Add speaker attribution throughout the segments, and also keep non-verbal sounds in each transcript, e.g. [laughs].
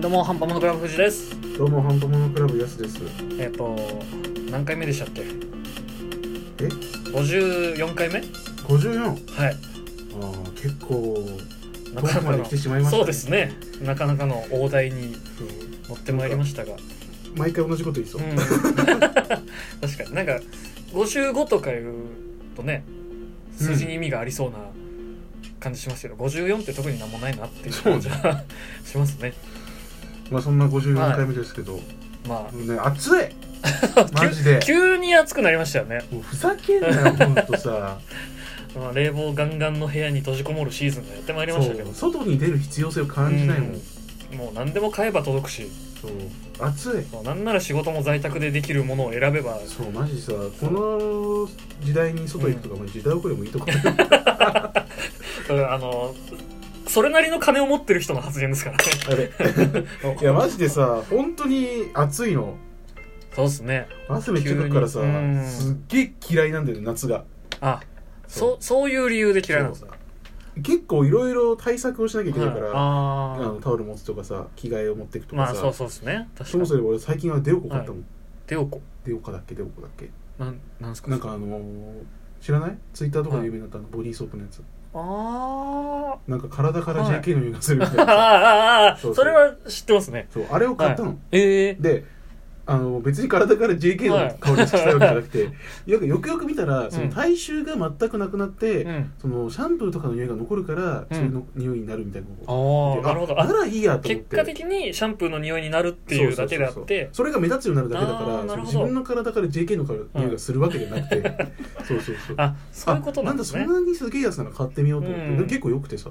Speaker 1: どうも、ハンパモノクラブ藤です。
Speaker 2: どうも、ハンパモノクラブ、やすです。
Speaker 1: えっ、と、何回目でしたっけ
Speaker 2: え
Speaker 1: ?54 回目はい。
Speaker 2: 54? ああ、結構、遠くまで来てしまいました、
Speaker 1: そうですね。なかなかの大台に
Speaker 2: そう。
Speaker 1: 乗ってまいりましたが。
Speaker 2: 毎回同じこと言いそうう。
Speaker 1: ん。 [laughs] 確かになんか、55とかいうとね、数字に意味がありそうな感じしますけど、54って特になんもないなっていう感じは [laughs] しますね。
Speaker 2: まあ、そんな54回目ですけど、
Speaker 1: ま
Speaker 2: もうね、暑 [laughs] いマジで
Speaker 1: あ、。急に暑くなりましたよね。
Speaker 2: もうふざけんなよ、ほんとさ。
Speaker 1: まあ冷房ガンガンの部屋に閉じこもるシーズンがやってまいりましたけど
Speaker 2: そう、外に出る必要性を感じないもん。
Speaker 1: もう何でも買えば届くし
Speaker 2: そう、暑い。
Speaker 1: そうなんなら仕事も在宅でできるものを選べば [laughs]
Speaker 2: そう、マジさ、この時代に外行くとか、もう時代遅れもいいとか。
Speaker 1: それあのそれなりの金を持ってる人の発言ですからね
Speaker 2: [laughs] あれ。 [laughs] いや、マジでさ、本当に暑いの。
Speaker 1: そうですね
Speaker 2: 汗めっちゃかくからさ
Speaker 1: 急にうん、
Speaker 2: すっげえ嫌いなんだよね、夏が。
Speaker 1: あそそういう理由で嫌いなの
Speaker 2: そう結構いろいろ対策をしなきゃいけないから、
Speaker 1: うん
Speaker 2: あ
Speaker 1: あ
Speaker 2: の
Speaker 1: ー
Speaker 2: タオル持つとかさ着替えを持っていくとか
Speaker 1: ま
Speaker 2: さ、
Speaker 1: あそうそうですね確
Speaker 2: そ
Speaker 1: か
Speaker 2: も
Speaker 1: に
Speaker 2: そも俺最近はデオコ買ったもん、
Speaker 1: 手をこ
Speaker 2: デオコだっけデオコだっけ
Speaker 1: なんなんですか
Speaker 2: なんかあのー知らないツイッターとかで有名になったあのボディーソープのやつ
Speaker 1: あー [laughs]
Speaker 2: なんか体から
Speaker 1: はい
Speaker 2: JK の匂いがするみたい
Speaker 1: あー
Speaker 2: な、
Speaker 1: [laughs] あーあー
Speaker 2: そうそ
Speaker 1: そ
Speaker 2: う
Speaker 1: れは知ってますね
Speaker 2: そうあれを買ったの、
Speaker 1: ええ
Speaker 2: であの別に体から JK の香りがしたわけじゃなく
Speaker 1: [laughs]
Speaker 2: て、よくよくよく見たらそうの
Speaker 1: ん
Speaker 2: 体臭が全くなくなって、
Speaker 1: うん
Speaker 2: そのシャンプーとかの匂いが残るから、
Speaker 1: うん
Speaker 2: そういうの匂いになるみたいなのを
Speaker 1: ああな
Speaker 2: で
Speaker 1: るほど
Speaker 2: あ
Speaker 1: あ
Speaker 2: ならいいやと思
Speaker 1: 結
Speaker 2: って
Speaker 1: 果的にシャンプーの匂いになるっていうだけであ
Speaker 2: そう
Speaker 1: っ
Speaker 2: そうそう
Speaker 1: て
Speaker 2: そうそれが目立つようになるだけだか
Speaker 1: あー
Speaker 2: ら
Speaker 1: なる
Speaker 2: その
Speaker 1: ほど
Speaker 2: 自分の体から JK の香りがするわけじゃなくて、そうそうそう
Speaker 1: あそういうことなんです
Speaker 2: あ
Speaker 1: ね
Speaker 2: だそんなにすげえやつなら買ってみようと思って、
Speaker 1: うん
Speaker 2: でも結構よくてさ、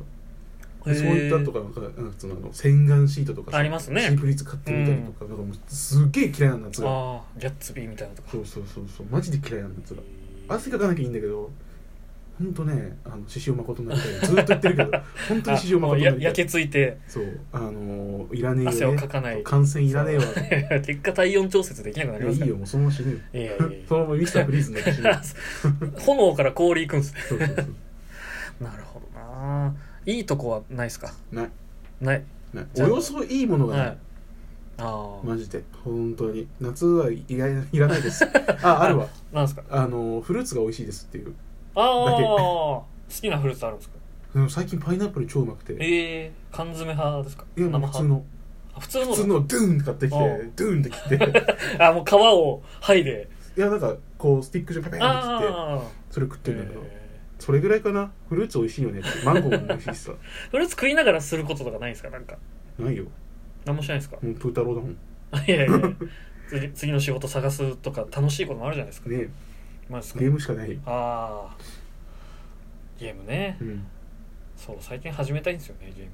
Speaker 1: へー
Speaker 2: そういったとかなんかなんかそのあの洗顔シートとかさ
Speaker 1: ありますね
Speaker 2: シープリーツ買ってみたりとか,、なんかもうすげえ嫌いなの夏が
Speaker 1: ああギャッツビーみたいなとか
Speaker 2: そうそうそうそうマジで嫌いなの夏が汗かかなきゃいいんだけどほんとねあの獅子王誠になりたいずっと言ってるけ
Speaker 1: [laughs]
Speaker 2: ど本当に獅子王
Speaker 1: あも
Speaker 2: 誠
Speaker 1: う
Speaker 2: に
Speaker 1: や
Speaker 2: なりたい
Speaker 1: 焼けついて
Speaker 2: そうあのーいらねえよ、ね、
Speaker 1: 汗をかかない [laughs]
Speaker 2: 感染いらねえわ
Speaker 1: 結果体温調節できなくなり
Speaker 2: いや
Speaker 1: ま
Speaker 2: い
Speaker 1: す
Speaker 2: い
Speaker 1: から
Speaker 2: よもうそのまま死ぬよ
Speaker 1: いやいやい
Speaker 2: [laughs] そのままミスターフリーズになって
Speaker 1: [laughs]
Speaker 2: 死ぬよ
Speaker 1: や [laughs] 炎から氷いくんですね
Speaker 2: そうそうそう
Speaker 1: なるほどないいとこはないですか
Speaker 2: ない
Speaker 1: ない
Speaker 2: ない
Speaker 1: じ
Speaker 2: お
Speaker 1: ゃあ
Speaker 2: よそいいものが
Speaker 1: は
Speaker 2: ない、
Speaker 1: いああ
Speaker 2: マジで本当に夏はいらないいらないです
Speaker 1: [laughs]
Speaker 2: ああるわ
Speaker 1: なんですか
Speaker 2: あのフルーツが美味しいですっていう
Speaker 1: ああ
Speaker 2: だけ
Speaker 1: 好きなフルーツあるんですか
Speaker 2: でも最近パイナップル超うまくて
Speaker 1: ええ缶詰派ですか
Speaker 2: いやもう普通の
Speaker 1: あ普通の
Speaker 2: 普通のドゥーンって買ってきて
Speaker 1: ああ
Speaker 2: ドゥーンって
Speaker 1: [laughs]
Speaker 2: 切って
Speaker 1: あもう皮を剥いで
Speaker 2: いやなんかこうスティック状ペペンって切って
Speaker 1: ああ
Speaker 2: それ食ってるんだけど
Speaker 1: え
Speaker 2: それぐらいかなフルーツ美味しいよねってマンゴーも美味しいしさ [laughs]
Speaker 1: ーフルーツ食いながらすることとかないんですかなんか
Speaker 2: ないよ
Speaker 1: 何もしないんですか
Speaker 2: もうプータローだもんね
Speaker 1: [laughs] いやいやいや次次の仕事探すとか楽しいこともあるじゃないですか。
Speaker 2: え
Speaker 1: まあ、ですか
Speaker 2: ゲームしかないよ
Speaker 1: ああゲームね
Speaker 2: う。ん
Speaker 1: そう最近始めたいんですよねゲーム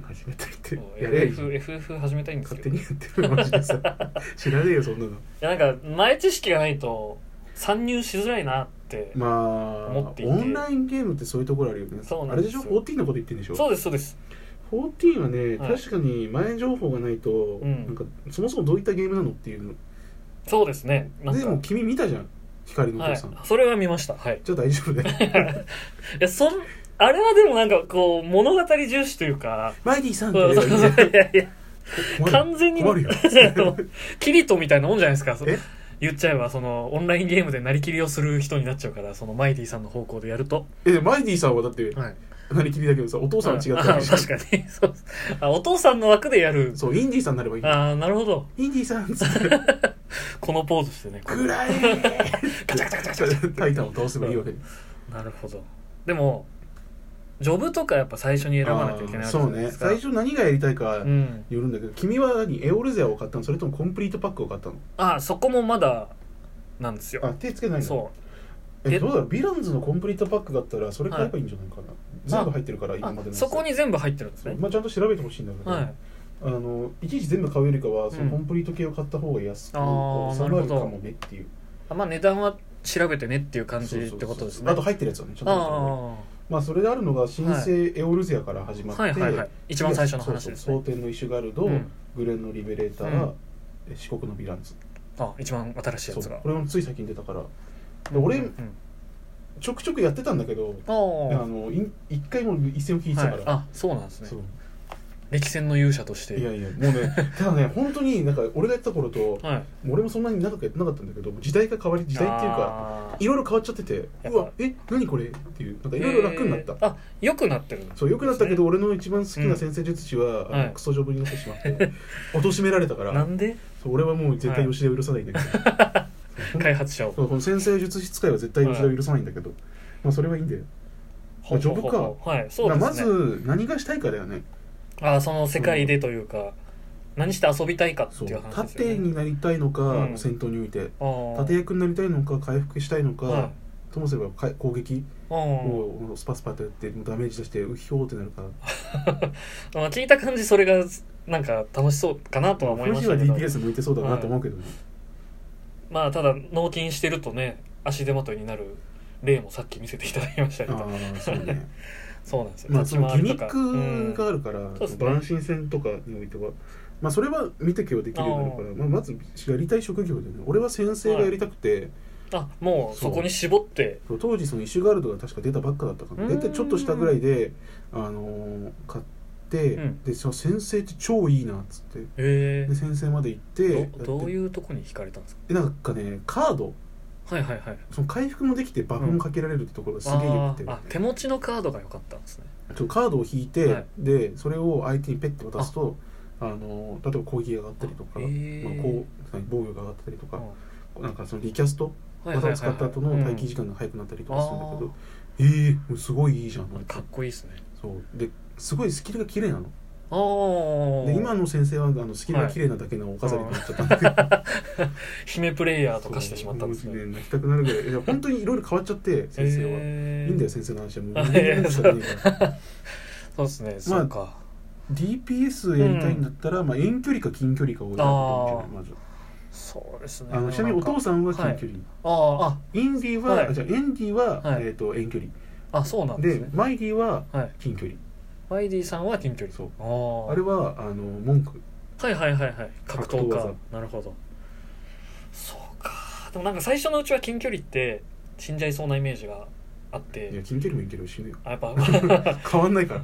Speaker 2: 何始めたいって
Speaker 1: そう。
Speaker 2: やれ
Speaker 1: FF, FF 始めたいんです
Speaker 2: 勝
Speaker 1: け
Speaker 2: 手
Speaker 1: ど
Speaker 2: に
Speaker 1: い
Speaker 2: やってるマ
Speaker 1: [laughs]
Speaker 2: ジでさ知らねえよそんなの
Speaker 1: やなんか前知識がないと参入しづらいなって、
Speaker 2: まあ
Speaker 1: 思っていて
Speaker 2: オンラインゲームってそういうところあるよね
Speaker 1: そうな
Speaker 2: あ
Speaker 1: ん
Speaker 2: れ
Speaker 1: で
Speaker 2: ですし
Speaker 1: よ
Speaker 2: ょ14のこと言ってんでしょ
Speaker 1: そうですそうです
Speaker 2: 14はね、
Speaker 1: はい
Speaker 2: 確かに前情報がないと、
Speaker 1: ん
Speaker 2: なんかそもそもどういったゲームなのっていう
Speaker 1: そうですねな
Speaker 2: の
Speaker 1: ん
Speaker 2: でも
Speaker 1: か
Speaker 2: 君見たじゃん光のお
Speaker 1: は
Speaker 2: 父
Speaker 1: い
Speaker 2: さん、
Speaker 1: それは見ましたはい
Speaker 2: じゃあ大丈夫だよ
Speaker 1: [laughs] いやそんあれはでもなんかこう物語重視というか
Speaker 2: マイディさんっ
Speaker 1: い
Speaker 2: て言えばいいじゃん
Speaker 1: やいや
Speaker 2: 困る
Speaker 1: 完全に
Speaker 2: 困るよ
Speaker 1: [laughs] キリトみたいなもんじゃないですかそ
Speaker 2: え
Speaker 1: 言っちゃえばそのオンラインゲームでなりきりをする人になっちゃうからそのマイティさんの方向でやると、
Speaker 2: えマイディさんはだって
Speaker 1: はい、
Speaker 2: 何きりだけどさお父さんは違ったわけ
Speaker 1: あ
Speaker 2: じゃん
Speaker 1: 確かにそうあお父さんの枠でやる
Speaker 2: そうインディさんになればいい
Speaker 1: ああなるほど
Speaker 2: インディさんっつって
Speaker 1: このポーズしてねこう
Speaker 2: [laughs] 暗
Speaker 1: ガ
Speaker 2: い
Speaker 1: チャガチャガチャガチャ
Speaker 2: タイタンを倒せばいいわけ
Speaker 1: なるほどでもジョブとかやっぱ最初に選ばなきゃいけないわけじ
Speaker 2: そ
Speaker 1: ゃ
Speaker 2: う
Speaker 1: ないで
Speaker 2: ね
Speaker 1: すか
Speaker 2: 最初何がやりたいかよ
Speaker 1: うん、
Speaker 2: るんだけど、君は何エオルゼアを買ったのそれともコンプリートパックを買ったの
Speaker 1: あそこもまだなんですよ
Speaker 2: あ手つけないの
Speaker 1: そ
Speaker 2: え
Speaker 1: え
Speaker 2: どうだろうヴィランズのコンプリートパックだったらそれ買えばいいんじゃないかな、全部入ってるから
Speaker 1: う
Speaker 2: 今
Speaker 1: あ
Speaker 2: までのやつ
Speaker 1: そこに全部入ってるんです
Speaker 2: そう
Speaker 1: ね
Speaker 2: まあ、ちゃんと調べてほしいんだけど、
Speaker 1: はい
Speaker 2: あのいちいち全部買うよりかはそ
Speaker 1: うん
Speaker 2: のコンプリート系を買った方が安く
Speaker 1: あー
Speaker 2: 収まるかもねっていう
Speaker 1: あまあ値段は調べてねっていう感じってことですね
Speaker 2: あと入ってるやつはねちゃんと見てもらう
Speaker 1: あ
Speaker 2: まあそれであるのが新生エオルゼアから始
Speaker 1: あ
Speaker 2: まって、
Speaker 1: はいはいはい一番最初の話です
Speaker 2: そうそう
Speaker 1: ね
Speaker 2: 蒼天のイシュガルド、
Speaker 1: うん
Speaker 2: グレンのリベレーター、
Speaker 1: うん
Speaker 2: え四国のヴィランズ
Speaker 1: あ一番新しいやつ
Speaker 2: そう
Speaker 1: が
Speaker 2: これもつい最近出たからで俺
Speaker 1: うんうん
Speaker 2: ちょくちょくやってたんだけど
Speaker 1: あー
Speaker 2: あのい一回も一線を引いてたから、
Speaker 1: はいあそうなんですね
Speaker 2: そう
Speaker 1: 歴戦の勇者として
Speaker 2: いやいやも
Speaker 1: [laughs]
Speaker 2: うねただね本当になんか俺がやってた頃ともう
Speaker 1: はい
Speaker 2: 俺もそんなに長くやってなかったんだけど時代が変わり時代っていうか
Speaker 1: あー
Speaker 2: いろいろ変わっちゃってて
Speaker 1: やっぱ
Speaker 2: うわえ何これっていうなんかいろいろ楽になった、
Speaker 1: えーあ良くなってる
Speaker 2: そう良くなったけど俺の一番好きな先生術師は、
Speaker 1: うん
Speaker 2: あの
Speaker 1: はい
Speaker 2: クソジョブになってしまって
Speaker 1: [laughs]
Speaker 2: 貶められたから
Speaker 1: なんで
Speaker 2: そう俺はもう絶対吉田を許さないんだけど、
Speaker 1: 開発者を
Speaker 2: そうこの先生術師使いは絶対吉田を許さないんだけど、まあそれはいいんだよ
Speaker 1: ほうほうほう
Speaker 2: ジョブ
Speaker 1: はいそう
Speaker 2: まあま
Speaker 1: ですね
Speaker 2: ず何がしたいかだよね
Speaker 1: あーその世界でというか何して遊びたいかって
Speaker 2: そう
Speaker 1: いう話ですよ
Speaker 2: 盾
Speaker 1: ね
Speaker 2: になりたいのか、
Speaker 1: うん
Speaker 2: 戦闘において
Speaker 1: あー
Speaker 2: 盾役になりたいのか回復したいのか、
Speaker 1: はい
Speaker 2: ともすればか攻撃
Speaker 1: うん
Speaker 2: をスパスパとやってダメージ出してうひょーってなるから
Speaker 1: まあ聞いた感じそれがなんか楽しそうかなとは思いま
Speaker 2: も
Speaker 1: し
Speaker 2: したは
Speaker 1: けど
Speaker 2: DPS 向いてそうだなと思うけどね、
Speaker 1: まあただ納金してるとね足手まといになる例もさっき見せていただきましたけど
Speaker 2: ああそうね
Speaker 1: そうなんですよ
Speaker 2: まあそのギニッ
Speaker 1: うん
Speaker 2: クがあるから、
Speaker 1: んそうですね
Speaker 2: バランシン戦とかにおいてはまあそれは見てけばできるようになるからまあ、まずやりたい職業でね俺は先生がやりたくて、
Speaker 1: あもうそこに絞って
Speaker 2: そう当時そのイシュガールドが確か出たばっかだったから
Speaker 1: うん
Speaker 2: 大体ちょっとしたぐらいで、あのー買って、
Speaker 1: うん
Speaker 2: でその先生って超いいなっつって
Speaker 1: へ
Speaker 2: で先生まで行って
Speaker 1: え
Speaker 2: やって
Speaker 1: どどういうとこに惹かれたんですか
Speaker 2: でなんかねカード
Speaker 1: はいはいはい
Speaker 2: その回復もできてバフもかけられるってところがすげえよくて、
Speaker 1: あーあ手持ちのカードが良かったんですね
Speaker 2: そうカードを引いて、
Speaker 1: はい
Speaker 2: でそれを相手にペッて渡すとあの例えば攻撃が上がったりとか、
Speaker 1: へえ
Speaker 2: まあ、こう何防御が上がったりと
Speaker 1: う
Speaker 2: か
Speaker 1: ん、
Speaker 2: なんかそのリキャスト
Speaker 1: はいはいはい
Speaker 2: 技
Speaker 1: は
Speaker 2: を
Speaker 1: い
Speaker 2: 使った後の待機時
Speaker 1: うん
Speaker 2: 間が早くなったりとかするんだけ
Speaker 1: うん
Speaker 2: ど、ええもうすごいいいじゃんと思って
Speaker 1: かっこいいですね
Speaker 2: そうですごいスキルが綺麗なの
Speaker 1: ああ
Speaker 2: で今の先生はあのスキルが綺麗なだけのお飾りになっちゃったんだけど、
Speaker 1: 姫プレイヤーとかしてしまったんです
Speaker 2: そう
Speaker 1: ね
Speaker 2: もう泣きたくなるぐらいいや本当にいろいろ変わっちゃって先生は、
Speaker 1: へえ
Speaker 2: いいんだよ先生の話
Speaker 1: [laughs]
Speaker 2: はもう
Speaker 1: あ
Speaker 2: 無理やりなんかじゃねえから
Speaker 1: そうですねそうか
Speaker 2: DPS やりたいんだったら、まあ、遠距離か近距離かを選ぶと思うけどまず
Speaker 1: そうですね
Speaker 2: あのちなみにお父
Speaker 1: んか
Speaker 2: さんは近距離、
Speaker 1: あ
Speaker 2: インディは、
Speaker 1: はい
Speaker 2: あじゃあエンディは、
Speaker 1: はい
Speaker 2: えー、と遠距離
Speaker 1: ああそうなん
Speaker 2: で
Speaker 1: ですね
Speaker 2: マイディは
Speaker 1: はい
Speaker 2: 近距離
Speaker 1: ワイディさんは近距離
Speaker 2: そう
Speaker 1: あー
Speaker 2: あれはあの文句
Speaker 1: はいはいはいはい格闘
Speaker 2: 格
Speaker 1: 家
Speaker 2: 闘技
Speaker 1: なるほどそうかでもなんか最初のうちは近距離って死んじゃいそうなイメージがあっ
Speaker 2: い
Speaker 1: て
Speaker 2: や近距離もいけるよ死ぬよ
Speaker 1: あやっ [laughs] ぱただ
Speaker 2: 変わんない
Speaker 1: [laughs]
Speaker 2: から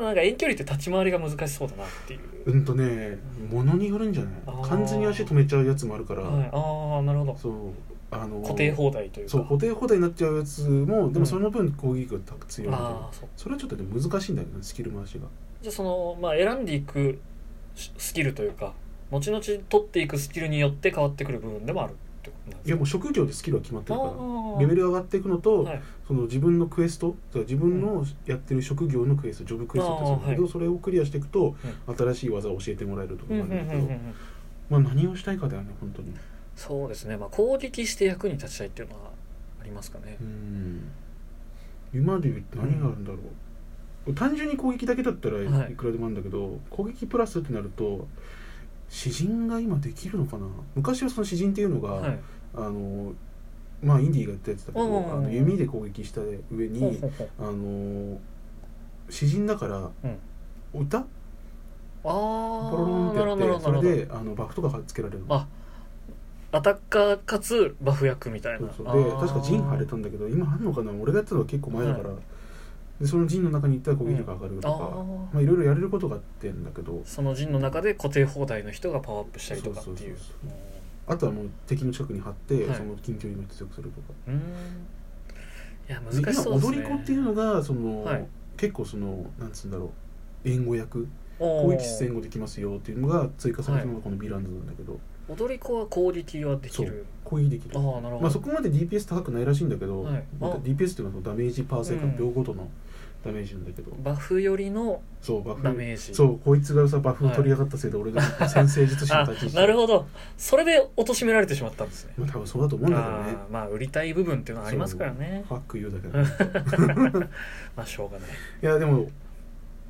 Speaker 1: なんか遠距離って立ち回りが難しそうだなっていう、
Speaker 2: うんとねものによるんじゃな
Speaker 1: あー
Speaker 2: い完全に足止めちゃうやつもあるから、
Speaker 1: はい、ああなるほど
Speaker 2: そうあの
Speaker 1: 固定放題というか
Speaker 2: そう固定放題になっちゃうやつもで
Speaker 1: うん
Speaker 2: もその分攻撃力が強いみたいな、
Speaker 1: ああそう
Speaker 2: それはちょっとね難しいんだよねスキル回しが
Speaker 1: じゃあその、まあ、選んでいくしスキルというか後々取っていくスキルによって変わってくる部分でもあるってことなん
Speaker 2: い
Speaker 1: で
Speaker 2: や
Speaker 1: すか
Speaker 2: もう職業でスキルは決まってるか
Speaker 1: あー
Speaker 2: らレベルが上がっていくのと、
Speaker 1: はい
Speaker 2: その自分のクエストだから自分のやってる職業のクエストジョブクエストってやつなんだけど、
Speaker 1: あーは
Speaker 2: それをクリアしていくと、新しい技を教えてもらえるとか
Speaker 1: うん
Speaker 2: な
Speaker 1: うんんうんう
Speaker 2: だ
Speaker 1: ん
Speaker 2: け
Speaker 1: う
Speaker 2: ど、
Speaker 1: ん
Speaker 2: まあ何をしたいかだよね本当に
Speaker 1: そうですね、まあ、攻撃して役に立ちたいっていうのはありますかね
Speaker 2: うん今で言うと何があるんだろう、単純に攻撃だけだったら
Speaker 1: はい
Speaker 2: いくらでもあるんだけど、攻撃プラスってなると詩人が今できるのかな昔はその詩人っていうのが、
Speaker 1: はい
Speaker 2: あのまあインディーがやったやつだけど、
Speaker 1: うんうんうん
Speaker 2: あの弓で攻撃した上に、
Speaker 1: ほうほうほう
Speaker 2: あのー詩人だから、歌ポロロン
Speaker 1: あ
Speaker 2: っ
Speaker 1: あ
Speaker 2: て
Speaker 1: なるほどなるほ
Speaker 2: やっ
Speaker 1: ど
Speaker 2: てそ
Speaker 1: なるほ
Speaker 2: れ
Speaker 1: ど
Speaker 2: であのバフとかつけられるの
Speaker 1: あアタッカーかつバフ役みたい
Speaker 2: そ
Speaker 1: な
Speaker 2: うそうで
Speaker 1: あー
Speaker 2: 確か陣張れたんだけど今あんのかな俺がやったのは結構前だから、でその陣の中に行ったら攻撃力上がると
Speaker 1: あ
Speaker 2: か、
Speaker 1: ー
Speaker 2: まあ、いろいろやれることがあってんだけど
Speaker 1: その陣の中で固定放題の人がパワーアップしたりとかっていう
Speaker 2: そうそうあとはもう敵の近くに張って、
Speaker 1: はい
Speaker 2: その近距離の強くするとか
Speaker 1: うんいや難しそうですね
Speaker 2: 今踊り子っていうのがその、
Speaker 1: はい
Speaker 2: 結構そのなんつうんだろう援護役
Speaker 1: おー
Speaker 2: 攻撃室援護できますよっていうのが追加されたのがこのヴィランズなんだけど、
Speaker 1: 踊り子は攻撃はできる
Speaker 2: 攻撃でき
Speaker 1: あ
Speaker 2: る
Speaker 1: あなるほど、
Speaker 2: まあ、そこまで DPS 高くないらしいんだけど、
Speaker 1: はい
Speaker 2: また
Speaker 1: あ
Speaker 2: DPS っていうのはダメージパーセン
Speaker 1: うん
Speaker 2: ト秒ごとのダメージなんだけど、
Speaker 1: バフよりの
Speaker 2: そうバ
Speaker 1: ダ
Speaker 2: フ
Speaker 1: メージ
Speaker 2: そうこいつがさバフ取り上がったせいで俺が先生術師
Speaker 1: [laughs]
Speaker 2: の
Speaker 1: あ
Speaker 2: 立ち位置
Speaker 1: なるほどそれで貶められてしまったんですね
Speaker 2: まあ多分そうだと思うんだけどね
Speaker 1: あーまあ売りたい部分っていうのはありますからね
Speaker 2: ファック言うだけ
Speaker 1: う
Speaker 2: だ
Speaker 1: ん
Speaker 2: い
Speaker 1: [laughs] まあしょうがない、
Speaker 2: やでも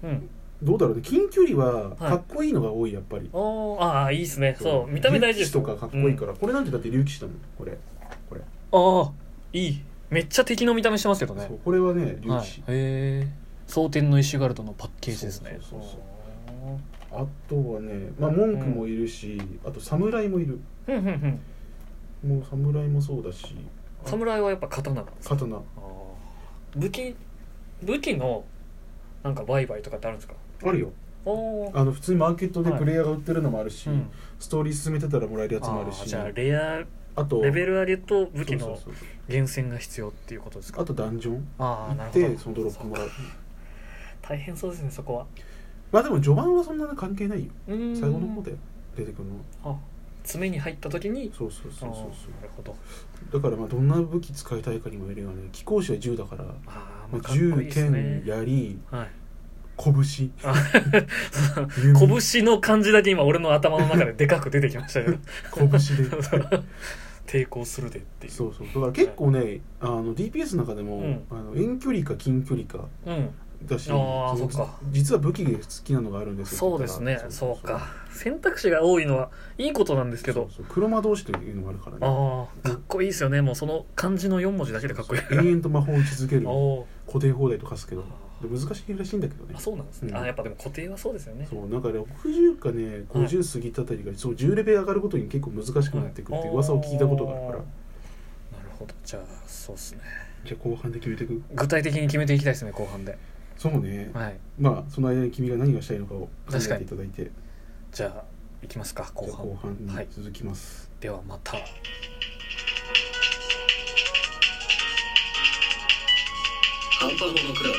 Speaker 1: うん、
Speaker 2: どうだろうね近距離
Speaker 1: は
Speaker 2: は
Speaker 1: い
Speaker 2: かっこいいのが多いやっぱり、
Speaker 1: おーああいいですねそう見た目大事です
Speaker 2: 竜騎士とかかっこいいから、これなんてだって竜騎士だもんこれこれ、
Speaker 1: うんああいいめっちゃ敵の見た目してますけどね
Speaker 2: そうこれはね竜
Speaker 1: はい
Speaker 2: 騎士、
Speaker 1: へえ蒼天の石ガルドのパッケージですね
Speaker 2: そうそうそうあとはねまあ文句もいるし、あと侍もいる
Speaker 1: ふんふんふん
Speaker 2: もう侍もそうだし
Speaker 1: 侍はやっぱ刀なんですか
Speaker 2: 刀
Speaker 1: あー武器武器のなんか売買とかってあるんですか
Speaker 2: あるよ
Speaker 1: おー
Speaker 2: あの普通にマーケットで
Speaker 1: はい
Speaker 2: プレイヤーが売ってるのもあるし、
Speaker 1: うん
Speaker 2: ストーリー進めてたらもらえるやつもあ
Speaker 1: あ
Speaker 2: る
Speaker 1: ー
Speaker 2: し
Speaker 1: じゃ
Speaker 2: あ
Speaker 1: あレア
Speaker 2: と
Speaker 1: レベル上げと武器
Speaker 2: そう
Speaker 1: の
Speaker 2: そうそう
Speaker 1: 厳選が必要っていうことですか
Speaker 2: あとダンジョン
Speaker 1: ああな
Speaker 2: 行
Speaker 1: る
Speaker 2: っ
Speaker 1: ほど
Speaker 2: てそのドロップもらう
Speaker 1: 大変そうですねそこは
Speaker 2: まあでも序盤はそんなに関係ないよ
Speaker 1: うーん
Speaker 2: 最後の方で出てくるのは
Speaker 1: あ爪に入った時に
Speaker 2: そうそうそうそう
Speaker 1: あーなるほど
Speaker 2: そうだからまあどんな武器使いたいかにもよるよね貴公子は銃だから、ま
Speaker 1: あーま
Speaker 2: あ
Speaker 1: あかっ
Speaker 2: 銃
Speaker 1: こいいですね
Speaker 2: 剣槍
Speaker 1: はい
Speaker 2: 拳
Speaker 1: あ
Speaker 2: 弓
Speaker 1: 拳の感じだけ今俺の頭の中ででかく出てきましたけど [laughs]
Speaker 2: 拳で
Speaker 1: 抵抗するでっていう
Speaker 2: そうそうだから結構ねあの DPS の中でも、
Speaker 1: うん
Speaker 2: あの遠距離か近距離か
Speaker 1: うん
Speaker 2: だし
Speaker 1: あー
Speaker 2: の
Speaker 1: そっか
Speaker 2: 実は武器が好きなのがあるんですよ
Speaker 1: そうですねそうか
Speaker 2: そう
Speaker 1: 選択肢が多いのはいいことなんですけど
Speaker 2: そう黒魔同士というのもあるからね
Speaker 1: ああかっこいいですよねもうその漢字の4文字だけでかっこいい
Speaker 2: 延々と魔法を打ち続ける
Speaker 1: お [laughs] お
Speaker 2: 固定放題とかすけどで難しいらしいんだけど
Speaker 1: ー
Speaker 2: ね
Speaker 1: あそうなんですね、
Speaker 2: うん
Speaker 1: あやっぱでも固定はそうですよね
Speaker 2: そうなんかね60かね50過ぎたあたりが、そう10レベル上がることに結構難しくなってくるっていう噂を聞いたことがあるから、
Speaker 1: はいあーなるほどじゃあそうですね
Speaker 2: じゃあ後半で決めていく
Speaker 1: 具体的に決めていきたいですね後半で
Speaker 2: そうね、
Speaker 1: はい
Speaker 2: まあその間に君が何がしたいのかを考えていただいて
Speaker 1: じゃあ行きますか
Speaker 2: じ
Speaker 1: 後
Speaker 2: ゃあ
Speaker 1: 半
Speaker 2: 後半
Speaker 1: は
Speaker 2: に
Speaker 1: い
Speaker 2: 続きます、
Speaker 1: ではまた
Speaker 3: 半端ものクラブ